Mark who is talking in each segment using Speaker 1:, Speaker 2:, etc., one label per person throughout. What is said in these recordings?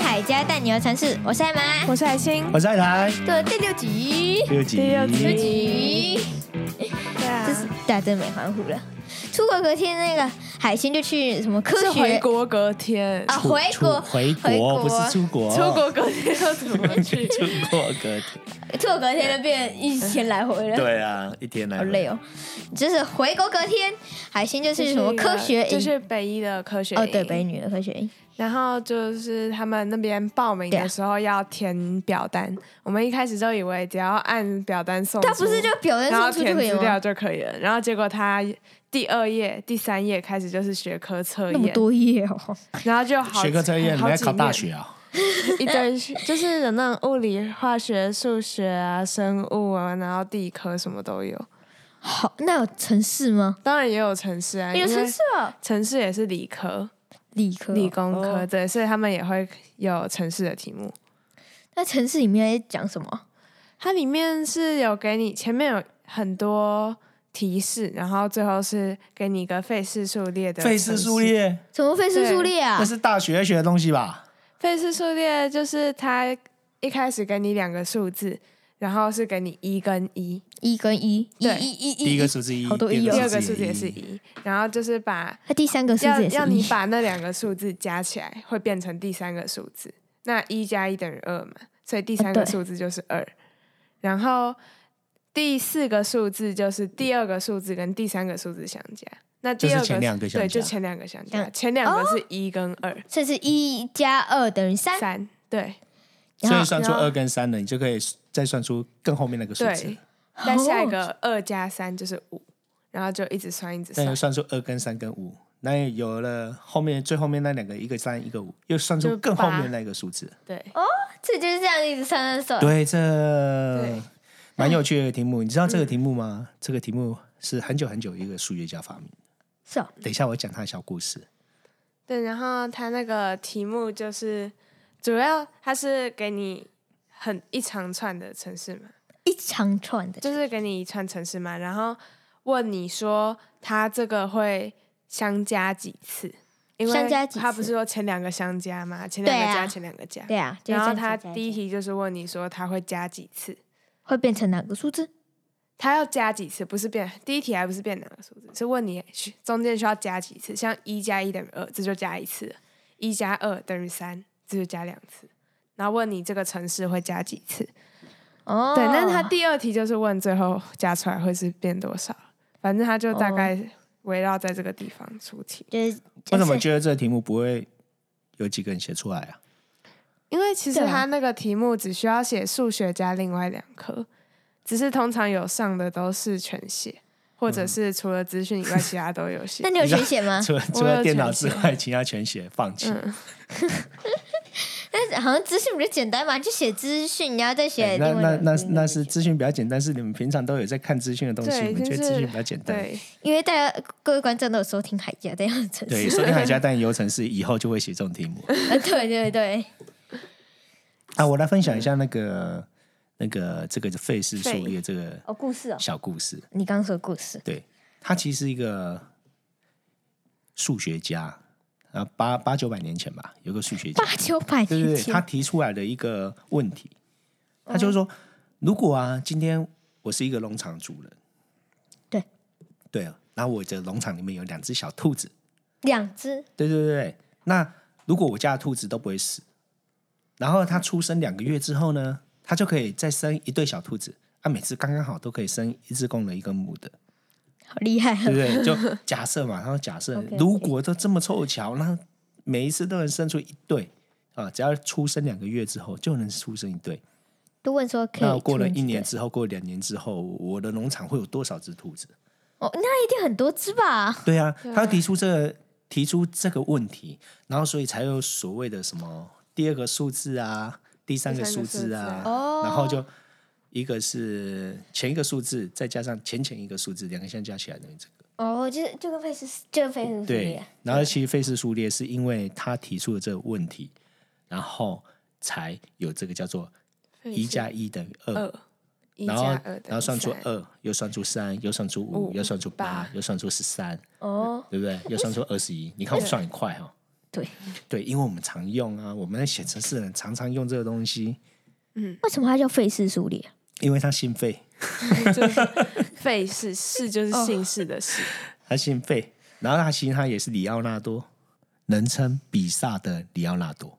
Speaker 1: 百家带你游城市，我是艾玛。
Speaker 2: 我是海星。
Speaker 3: 我是爱台
Speaker 1: 的第六集，
Speaker 3: 第六集，
Speaker 2: 第六集
Speaker 1: 第六集，
Speaker 2: 对啊
Speaker 1: 这是大家真没欢呼了。出国隔天，那个海星就去什么科
Speaker 2: 是回
Speaker 1: 学
Speaker 2: 国隔天
Speaker 1: 啊，
Speaker 3: 出
Speaker 1: 回国
Speaker 3: 出回
Speaker 1: 回国啊
Speaker 3: 国不是出国，
Speaker 2: 出国隔天要怎么去？
Speaker 3: 出国隔天，
Speaker 1: 出国隔天就变一天来回了，
Speaker 3: 对啊，一天来
Speaker 1: 好累
Speaker 3: 哦，
Speaker 1: 哦。就是回国隔天，海星就
Speaker 2: 这
Speaker 1: 是什么科学
Speaker 2: 就
Speaker 1: 营？
Speaker 2: 是北一的科学
Speaker 1: 哦，对，
Speaker 2: 营
Speaker 1: 北女的科学营，
Speaker 2: 然后就是他们那边报名
Speaker 1: 对啊
Speaker 2: 的时候要填表单，我们一开始就以为只要按表单送出，
Speaker 1: 他不是就表人
Speaker 2: 然后
Speaker 1: 送出就
Speaker 2: 填
Speaker 1: 可以
Speaker 2: 资料
Speaker 1: 吗？
Speaker 2: 就可以了。然后结果他第二页、第三页开始就是学科测
Speaker 1: 那么
Speaker 2: 验，
Speaker 1: 多页哦，
Speaker 2: 然后就好
Speaker 3: 学科测验，你
Speaker 2: 好
Speaker 3: 要
Speaker 2: 几
Speaker 3: 考大
Speaker 2: 面
Speaker 3: 学啊？
Speaker 2: 一堆学，就是有那种物理、化学、数学啊、生物啊，然后地科什么都有。
Speaker 1: 好，那有城市吗？
Speaker 2: 当然也有城市啊，
Speaker 1: 有
Speaker 2: 因为
Speaker 1: 城市哦，
Speaker 2: 城市也是理科、
Speaker 1: 理科哦，
Speaker 2: 理工科，
Speaker 1: 哦
Speaker 2: 对，啊所以他们也会有城市的题目。
Speaker 1: 那城市里面在讲什么？
Speaker 2: 它里面是有给你前面有很多提示，然后最后是给你一个费氏数列的
Speaker 3: 费氏数
Speaker 2: 城市。
Speaker 3: 列，
Speaker 1: 什么费氏数列啊
Speaker 3: 那？是大学学的东西吧？
Speaker 2: 费氏数列就是它一开始给你两个数字，然后是给你一跟一，
Speaker 1: 一跟一，一
Speaker 2: 对
Speaker 1: 一一一，
Speaker 3: 第一个数字一，
Speaker 1: 好多一哦
Speaker 2: 第
Speaker 1: 第
Speaker 2: 二个数字也是一，然后就是把
Speaker 1: 那第三个数
Speaker 2: 要
Speaker 1: 字也是
Speaker 2: 要你
Speaker 1: 一，
Speaker 2: 把那两个数字加起来，会变成第三个数字。那一加一等于二嘛，所以第三
Speaker 1: 啊
Speaker 2: 个
Speaker 1: 对
Speaker 2: 数字就是二、然后第四个数字就是第二个数字跟第三个数字相加。那第
Speaker 3: 就是
Speaker 2: 二个
Speaker 3: 前两个相
Speaker 2: 对，就
Speaker 3: 加
Speaker 2: 前两个相加，
Speaker 1: 嗯
Speaker 2: 前两个是一跟二、
Speaker 1: 这是一加二等于三，
Speaker 2: 三，对啊
Speaker 1: 然
Speaker 3: 所以
Speaker 1: 后
Speaker 3: 算出
Speaker 2: 然后
Speaker 3: 二跟三了，你就可以再算出更后面那个数字
Speaker 2: 对。。那下一
Speaker 1: 哦
Speaker 2: 个二加三就是五，然后就一直算一直
Speaker 3: 但又
Speaker 2: 算，
Speaker 3: 算出二跟三跟五，那有了后面最后面那两个，一个三一个五，又算
Speaker 2: 就
Speaker 3: 出更后
Speaker 2: 八
Speaker 3: 面那个数字。
Speaker 2: 对，
Speaker 1: 这就是这样一直算算算。
Speaker 3: 对，
Speaker 2: 对嗯
Speaker 3: 这蛮有趣的一个题目。你知道这个题目吗？这个题目是很久很久一个数学家发明。
Speaker 1: 是哦，
Speaker 3: 等一下我讲他的小故事。
Speaker 2: 对，然后它那个题目就是主要它是给你很一长串的城市嘛，
Speaker 1: 一长串的，
Speaker 2: 就是给你一串城市嘛，然后问你说它这个会相加几次？因为
Speaker 1: 相加几
Speaker 2: 它
Speaker 1: 次
Speaker 2: 不是说前两个相加嘛，前两
Speaker 1: 对
Speaker 2: 个
Speaker 1: 啊
Speaker 2: 加，前两个加。
Speaker 1: 对啊。就是
Speaker 2: 然后
Speaker 1: 这
Speaker 2: 它
Speaker 1: 样子加
Speaker 2: 第一
Speaker 1: 起来
Speaker 2: 题就是问你说它会加几次？
Speaker 1: 会变成哪个数字？
Speaker 2: 它要加几次？不是变第一题，还不是变哪个数字？是问你需中间需要加几次？像一加一等于二，这就加一次了；一加二等于三，这就加两次。然后问你这个城市会加几次？
Speaker 1: 哦，
Speaker 2: 对，
Speaker 3: 嗯
Speaker 2: 那它第二题就是问最后加出来会是变多少？反正它就大
Speaker 3: 哦
Speaker 2: 概围绕在这个地方出题。
Speaker 1: 就是
Speaker 3: 我怎
Speaker 1: 就
Speaker 3: 么
Speaker 1: 是
Speaker 3: 觉得这个题目不会有几个人写出来啊？
Speaker 2: 因为其实
Speaker 1: 对啊
Speaker 2: 它那个题目只需要写数学加另外两科，只是通常有上的都是全写，或
Speaker 3: 嗯
Speaker 2: 者是除了资讯以外其他都有写
Speaker 1: 那。你有学写吗？
Speaker 3: 除了除
Speaker 2: 我
Speaker 3: 了
Speaker 2: 有
Speaker 3: 电脑
Speaker 2: 全
Speaker 3: 之
Speaker 2: 写
Speaker 3: 外，其他全写放弃。
Speaker 2: 嗯，
Speaker 1: 但好像资讯比较简单嘛，就写资讯，然后再写
Speaker 2: 嗯
Speaker 3: 对
Speaker 1: 另
Speaker 3: 哎那
Speaker 1: 外
Speaker 3: 那
Speaker 1: 两个
Speaker 3: 那那是资讯比较简单，是你们平常都有在看资讯的东西，
Speaker 2: 对
Speaker 3: 你们觉得
Speaker 2: 就
Speaker 3: 资
Speaker 2: 是
Speaker 3: 讯比较简单。
Speaker 2: 对，
Speaker 1: 因为大家各位观众都有收听海峡这样的城
Speaker 3: 对，
Speaker 1: 市，
Speaker 3: 所以海家但游程是以后就会写这种题 目。
Speaker 1: 啊对对对，
Speaker 3: 啊，我来分享一下那个、那个这个费氏数
Speaker 2: 费
Speaker 3: 列这个
Speaker 1: 哦，故事哦，
Speaker 3: 小故事。
Speaker 1: 你刚说的故事，
Speaker 3: 对，他其实是一个数学家啊，八八九百年前吧，有个数学家
Speaker 1: 八，九百
Speaker 3: 对对
Speaker 1: 年
Speaker 3: 对，他
Speaker 1: 前，
Speaker 3: 提出来的一个问题，他就是说，如果啊，今天我是一个农场主人，
Speaker 1: 对
Speaker 3: 对啊，然后我的农场里面有两只小兔子，
Speaker 1: 两只
Speaker 3: 对对对对，那如果我家的兔子都不会死，然后它出生两个月之后呢，它就可以再生一对小兔子，啊，每次刚刚好都可以生一只公的，一个母的，
Speaker 1: 好厉害
Speaker 3: 对
Speaker 1: 哦，
Speaker 3: 不对？就假设嘛，然后假 设
Speaker 1: OK，OK
Speaker 3: 如果都这么凑巧，那每一次都能生出一对啊，只要出生两个月之后就能出生一对。
Speaker 1: 都问说可
Speaker 3: 那
Speaker 1: 以
Speaker 3: 过了
Speaker 1: 出
Speaker 3: 一年
Speaker 1: 对
Speaker 3: 之后，过了两年之后，我的农场会有多少只兔子？
Speaker 1: 哦，那一定很多只吧？
Speaker 3: 对啊，他提出这个提出这个问题，然后所以才有所谓的什么第二个数字啊，第三个数字啊，
Speaker 2: 第三个数字
Speaker 1: 哦
Speaker 3: 然后就一个是前一个数字，再加上前前一个数字，两个相加起来等于这个。
Speaker 1: 哦，就是就跟费氏，就跟费氏啊数
Speaker 3: 对
Speaker 1: 列，，
Speaker 3: 然后其实费氏数列是因为他提出了这个问题，然后才有这个叫做一加一等于二。
Speaker 2: 二，一
Speaker 3: 然
Speaker 2: 加
Speaker 3: 后
Speaker 2: 二，等于，
Speaker 3: 然后算出
Speaker 2: 三
Speaker 3: 二，又算出三，又算出五，
Speaker 2: 五
Speaker 3: 又算出
Speaker 2: 八
Speaker 3: 八，又算出十三，
Speaker 1: 哦，
Speaker 3: 对不对？又算出二十一，你看我算很快哈、
Speaker 1: 对，
Speaker 3: 对，因为我们常用啊，我们写程式人常常用这个东西，
Speaker 1: 为什么它叫费氏数列啊？
Speaker 3: 因为他姓费，
Speaker 2: 就是费氏氏就是姓氏的氏，
Speaker 3: 他姓费，然后他其实他也是里奥纳多，人称比萨的里奥纳多。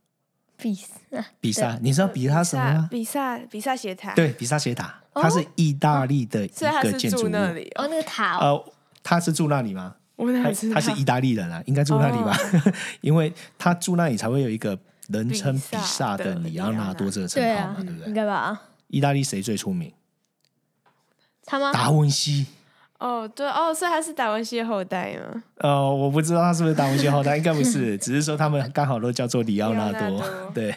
Speaker 1: 比斯啊，
Speaker 3: 比萨，你知道比萨什么吗？
Speaker 2: 比萨比萨斜塔，，
Speaker 3: 对，比萨斜塔，它是意大利的一
Speaker 2: 所以他
Speaker 3: 个
Speaker 2: 是
Speaker 3: 建筑
Speaker 2: 住
Speaker 3: 物。
Speaker 2: 那里哦，
Speaker 1: 哦，那个塔哦，
Speaker 3: 呃，他是住那里吗？
Speaker 2: 我哪
Speaker 3: 他
Speaker 2: 知道？
Speaker 3: 他是意大利人啊，应该住那里吧？ 因为他住那里才会有一个人称比萨的里奥纳多这个称
Speaker 1: 对
Speaker 3: 号
Speaker 1: 啊
Speaker 3: 嘛，对不，
Speaker 1: 应
Speaker 3: 对？
Speaker 1: 该吧？
Speaker 3: 意大利谁最出名？
Speaker 1: 他吗？
Speaker 3: 达文西。
Speaker 2: 哦，对哦，所以他是达文西的后代吗？
Speaker 3: 呃，我不知道他是不是达文西后代，应该不是，只是说他们刚好都叫做里奥纳
Speaker 2: 里奥纳
Speaker 3: 多
Speaker 2: 多。
Speaker 3: 对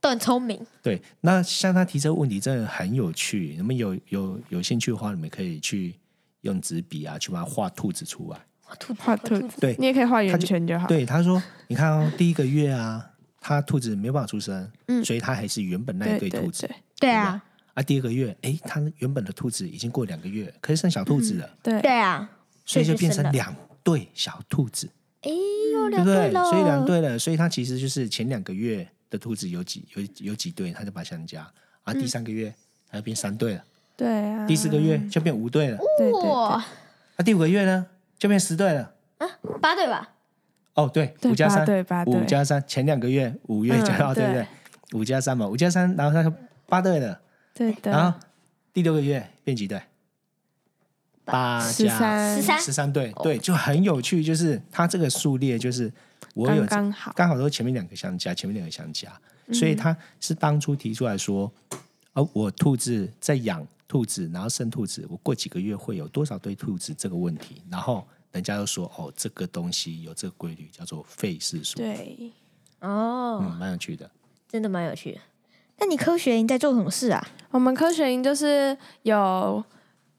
Speaker 1: 都很聪明，
Speaker 3: 对，那像他提这个问题真的很有趣，你们有有有兴趣的话，你们可以去用纸笔啊，去把它画兔子出来。
Speaker 1: 画兔子，
Speaker 2: 画
Speaker 1: 画
Speaker 2: 兔
Speaker 1: 兔子，
Speaker 3: 对
Speaker 2: 你也可以画
Speaker 3: 他
Speaker 2: 圆
Speaker 3: 就
Speaker 2: 圈就好。
Speaker 3: 对，他说：“你看哦，第一个月啊，他兔子没有办法出生，
Speaker 1: 嗯
Speaker 3: 所以他还是原本那一
Speaker 2: 对
Speaker 3: 对
Speaker 2: 对
Speaker 3: 兔子
Speaker 2: 对
Speaker 1: 对啊，
Speaker 3: 啊。第二个月，诶，他原本的兔子已经过两个月，可以生小兔子了，
Speaker 2: 对
Speaker 1: 对啊，
Speaker 3: 所以就
Speaker 1: 所以就
Speaker 3: 变
Speaker 1: 生
Speaker 3: 成
Speaker 1: 了
Speaker 3: 两对小兔子，
Speaker 1: 哎呦，
Speaker 3: 对
Speaker 1: 两
Speaker 3: 不对？
Speaker 1: 了，
Speaker 3: 所以两对了，所以它其实就是前两个月的兔子有几有有几对，他就把它相加啊。第三个月，它就变三对了，
Speaker 2: 对啊，
Speaker 3: 第四个月就变五对了，
Speaker 2: 对对
Speaker 1: 哇，
Speaker 3: 啊，第五个月呢就变十对了。”
Speaker 1: 八对吧？
Speaker 3: 哦，对，
Speaker 2: 对
Speaker 3: 五加
Speaker 2: 八
Speaker 3: 三，
Speaker 2: 对八
Speaker 3: 五
Speaker 2: 啊对
Speaker 3: 加三，前两个月五月加
Speaker 2: 嗯
Speaker 3: 到、对不
Speaker 2: 对
Speaker 3: 对？五加三嘛，五加三，然后他说八对了，
Speaker 2: 对对
Speaker 3: 然
Speaker 2: 的，
Speaker 3: 后第六个月变几对？八
Speaker 2: 十
Speaker 3: 加
Speaker 2: 三
Speaker 1: 十三哦
Speaker 3: 十三对，对，就很有趣，就是它这个数列就是我有
Speaker 2: 刚刚好。嗯
Speaker 3: 刚好都前面两个相加，前面两个相加，所以他是当初提出来说，呃，我兔子在养兔子，然后生兔子，我过几个月会有多少对兔子这个问题，然后人家就说，哦，这个东西有这个规律叫做费氏数，
Speaker 2: 对，
Speaker 1: 哦，
Speaker 3: 嗯，蛮有趣的。
Speaker 1: 真的蛮有趣的。那你科学营在做什么事啊？
Speaker 2: 我们科学营就是有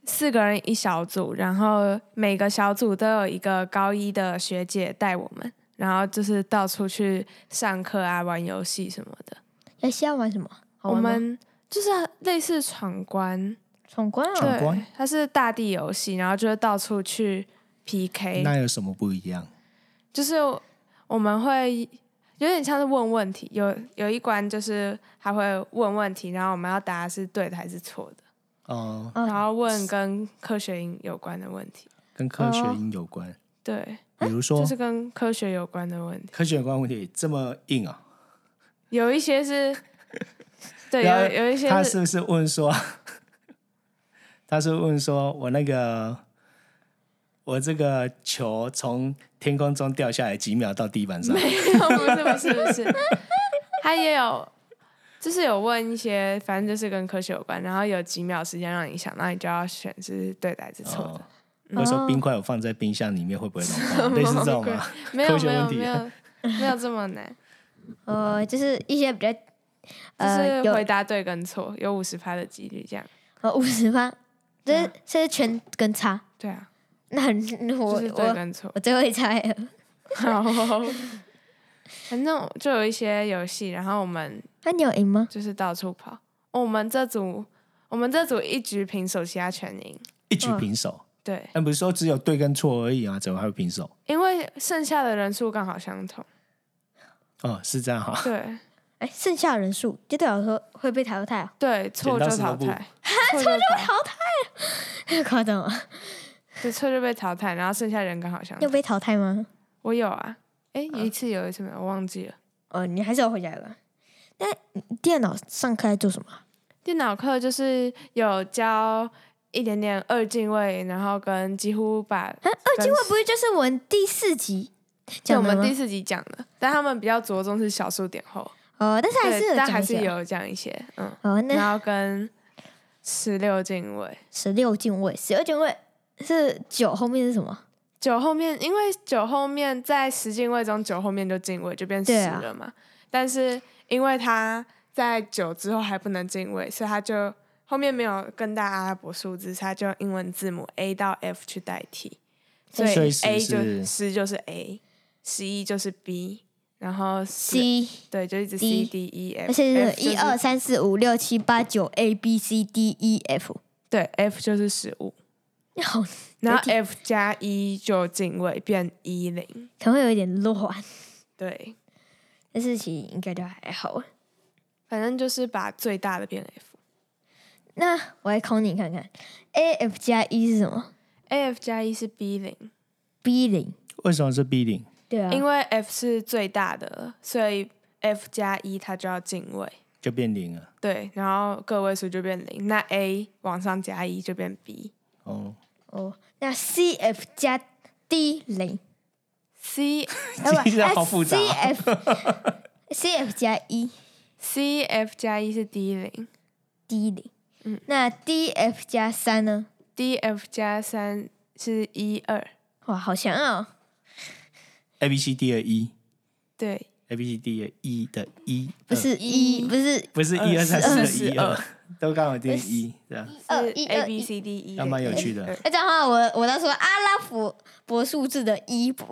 Speaker 2: 四个人一小组，然后每个小组都有一个高一的学姐带我们，然后就是到处去上课啊、玩游戏什么的。
Speaker 1: 要先要玩什么？好
Speaker 2: 我
Speaker 1: 玩吗
Speaker 2: 们就是类似闯关，
Speaker 1: 闯关啊，
Speaker 3: 闯关
Speaker 2: 对，它是大地游戏，然后就是到处去 PK。
Speaker 3: 那有什么不一样？
Speaker 2: 就是我们会有点像是问问题，有有一关就是他会问问题，然后我们要答是对的还是错的，
Speaker 3: 哦、
Speaker 1: 嗯
Speaker 2: 然后问跟科学营有关的问题，
Speaker 3: 跟科学音有关，
Speaker 2: 对，
Speaker 3: 比如说、
Speaker 2: 哦就是跟科学有关的问题，
Speaker 3: 科学有关问题这么硬啊、
Speaker 2: 有一些 是，对，
Speaker 3: 然后
Speaker 2: 有有一些
Speaker 3: 他
Speaker 2: 是
Speaker 3: 是不是问说， 他是问说我那个我这个球从天空中掉下来几秒到地板上？
Speaker 2: 不是不是不是，他也有。就是有问一些，反正就是跟科学有关，然后有几秒时间让你想，那你就要选是对的还是错的。嗯
Speaker 3: 哦，或者说冰块我放在冰箱里面会不会 融化？类似这种啊吗？
Speaker 2: 没有
Speaker 3: 科学
Speaker 2: 没
Speaker 3: 问
Speaker 2: 有
Speaker 3: 题
Speaker 2: 没有 没有这么难，
Speaker 1: 呃，就是一些比较呃
Speaker 2: 就是回
Speaker 1: 有
Speaker 2: 答对跟错，有五十趴的几率这样。
Speaker 1: 呃五十分，这
Speaker 2: 啊
Speaker 1: 是这是全跟差，
Speaker 2: 对啊，
Speaker 1: 那很我
Speaker 2: 就是对
Speaker 1: 我
Speaker 2: 跟 错。
Speaker 1: 我最会猜了，
Speaker 2: 好，反正就有一些游戏，然后我们
Speaker 1: 那你有赢吗？
Speaker 2: 就是到处跑。我们这组，我们这组一局平手，其他全赢。
Speaker 3: 一局平手，
Speaker 2: 对，
Speaker 3: 但不是说只有对跟错而已啊，怎么还会平手？
Speaker 2: 因为剩下的人数刚好相同。
Speaker 3: 哦，是这样哈、
Speaker 2: 对
Speaker 1: 哎，剩下的人数，接对老说会被淘汰哦，
Speaker 2: 对，错就淘
Speaker 3: 剪刀石
Speaker 2: 汰，错就淘汰，
Speaker 1: 太夸张了，哦
Speaker 2: 对，错就被淘汰，然后剩下人刚好相
Speaker 1: 要
Speaker 2: 同。
Speaker 1: 被淘汰吗？
Speaker 2: 我有啊，哎，有一次有一次没有，我忘记了。
Speaker 1: 哦，你还是要回家吧。那你电脑上课在做什么啊？
Speaker 2: 电脑课就是有教一点点二进位，然后跟几乎
Speaker 1: 啊
Speaker 2: 把二进
Speaker 1: 会不会就是我们第四集
Speaker 2: 就我
Speaker 1: 讲的
Speaker 2: 们
Speaker 1: 吗
Speaker 2: 第？四集讲的，但他们比较着重是小数点后，
Speaker 1: 哦，但是还是
Speaker 2: 对，
Speaker 1: 有
Speaker 2: 但
Speaker 1: 讲
Speaker 2: 还
Speaker 1: 一
Speaker 2: 是
Speaker 1: 些哦。
Speaker 2: 有讲一些，嗯，
Speaker 1: 哦，那
Speaker 2: 然后跟十六进位，
Speaker 1: 十六进位，十二进位是九后面是什么？
Speaker 2: 九后面，因为九后面在十进位中，九后面就进位就变十
Speaker 1: 对啊
Speaker 2: 了嘛，但是因为他在九之后还不能进位，所以他就后面没有更大阿拉伯数字，所以他就用英文字母 A 到 F 去代替，所
Speaker 3: 所以
Speaker 2: 以
Speaker 3: 10
Speaker 2: A
Speaker 3: 是
Speaker 2: 就十就是 A，十一就是 B，然后
Speaker 1: C，
Speaker 2: 对，就一直
Speaker 1: D
Speaker 2: C D E F，
Speaker 1: 而且
Speaker 2: F
Speaker 1: 是
Speaker 2: 就是
Speaker 1: 一二三四五六七八九 A B C D E F，
Speaker 2: 对，F 就是十五，
Speaker 1: 你好，
Speaker 2: 然后
Speaker 1: 整体
Speaker 2: F 加一就进位变一零，
Speaker 1: 可能会有一点乱。
Speaker 2: 对，
Speaker 1: 但是其实应该都还好。
Speaker 2: 反正就是把最大的变 F。
Speaker 1: 那我来考你看看，A F 加一是什么
Speaker 2: A F 加 E 一是 B 零，
Speaker 3: 嗯
Speaker 1: ？B 零，
Speaker 3: 为什么是 B 零？
Speaker 1: 对啊，
Speaker 2: 因为 F 是最大的了，所以 F 加一它就要进位。
Speaker 3: 就变零了。
Speaker 2: 对，然后个位数就变零，那 A 往上加一就变 B。
Speaker 3: 哦，
Speaker 1: 哦，那 C F 加 D 零，
Speaker 2: C
Speaker 1: 哎
Speaker 3: 这好复杂啊
Speaker 1: ，C F C F 加一
Speaker 2: C F 加一是 D 零
Speaker 1: D 零，
Speaker 2: 嗯
Speaker 1: 那 D F 加三呢？
Speaker 2: ，D F 加三是一二，
Speaker 1: 哇，好强哦！
Speaker 3: A B C D 的一
Speaker 2: 对，
Speaker 3: ，A B C D 的一的一，
Speaker 1: 不是一，嗯不是
Speaker 3: 不是
Speaker 2: 二
Speaker 3: 一二三四
Speaker 2: 四
Speaker 3: 的一二
Speaker 2: 二，
Speaker 3: 都刚好变一，对啊，
Speaker 1: 二
Speaker 2: 是
Speaker 1: 一二
Speaker 2: A B
Speaker 1: 一
Speaker 2: C D E，
Speaker 3: 还蛮有趣的
Speaker 2: 对
Speaker 1: 那哎这样的话，我我要说阿拉伯伯数字的一，不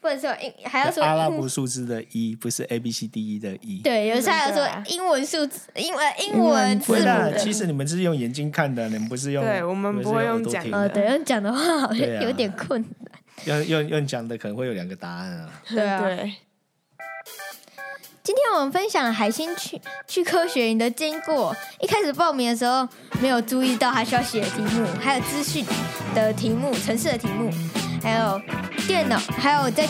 Speaker 1: 不能说英，还要说
Speaker 3: 阿拉
Speaker 1: 英
Speaker 3: 伯数字的一，不是 A B C D 一的 E 一。
Speaker 1: 对，有时候还要
Speaker 2: 对啊
Speaker 1: 说英文数字，英文英
Speaker 2: 文
Speaker 1: 文
Speaker 3: 不
Speaker 1: 字
Speaker 3: 是
Speaker 1: 母
Speaker 3: 啦，
Speaker 1: 的。
Speaker 3: 其实你们是用眼睛看的，你们不是用
Speaker 2: 对我们
Speaker 3: 你
Speaker 2: 不会
Speaker 3: 是用
Speaker 2: 用
Speaker 3: 耳朵
Speaker 2: 讲
Speaker 3: 听
Speaker 1: 呃，对，用讲的话好像
Speaker 3: 对啊
Speaker 1: 有点困难。
Speaker 3: 用用用讲的可能会有两个答案啊。
Speaker 1: 对啊
Speaker 2: 对，
Speaker 1: 今天我们分享了海星去去科学营的经过。一开始报名的时候没有注意到还需要写的题目，还有资讯的题目、城市的题目，还有电脑，还有在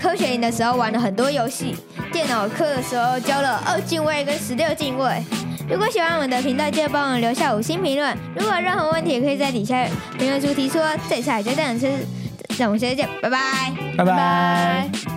Speaker 1: 科学营的时候玩了很多游戏。电脑课的时候教了二进位跟十六进位。如果喜欢我们的频道，记得帮我们留下五星评论。如果有任何问题，也可以在底下评论处提出哦。这里是海鲜蛋吃，让我们下次见，拜拜。
Speaker 3: 拜拜。
Speaker 2: 拜。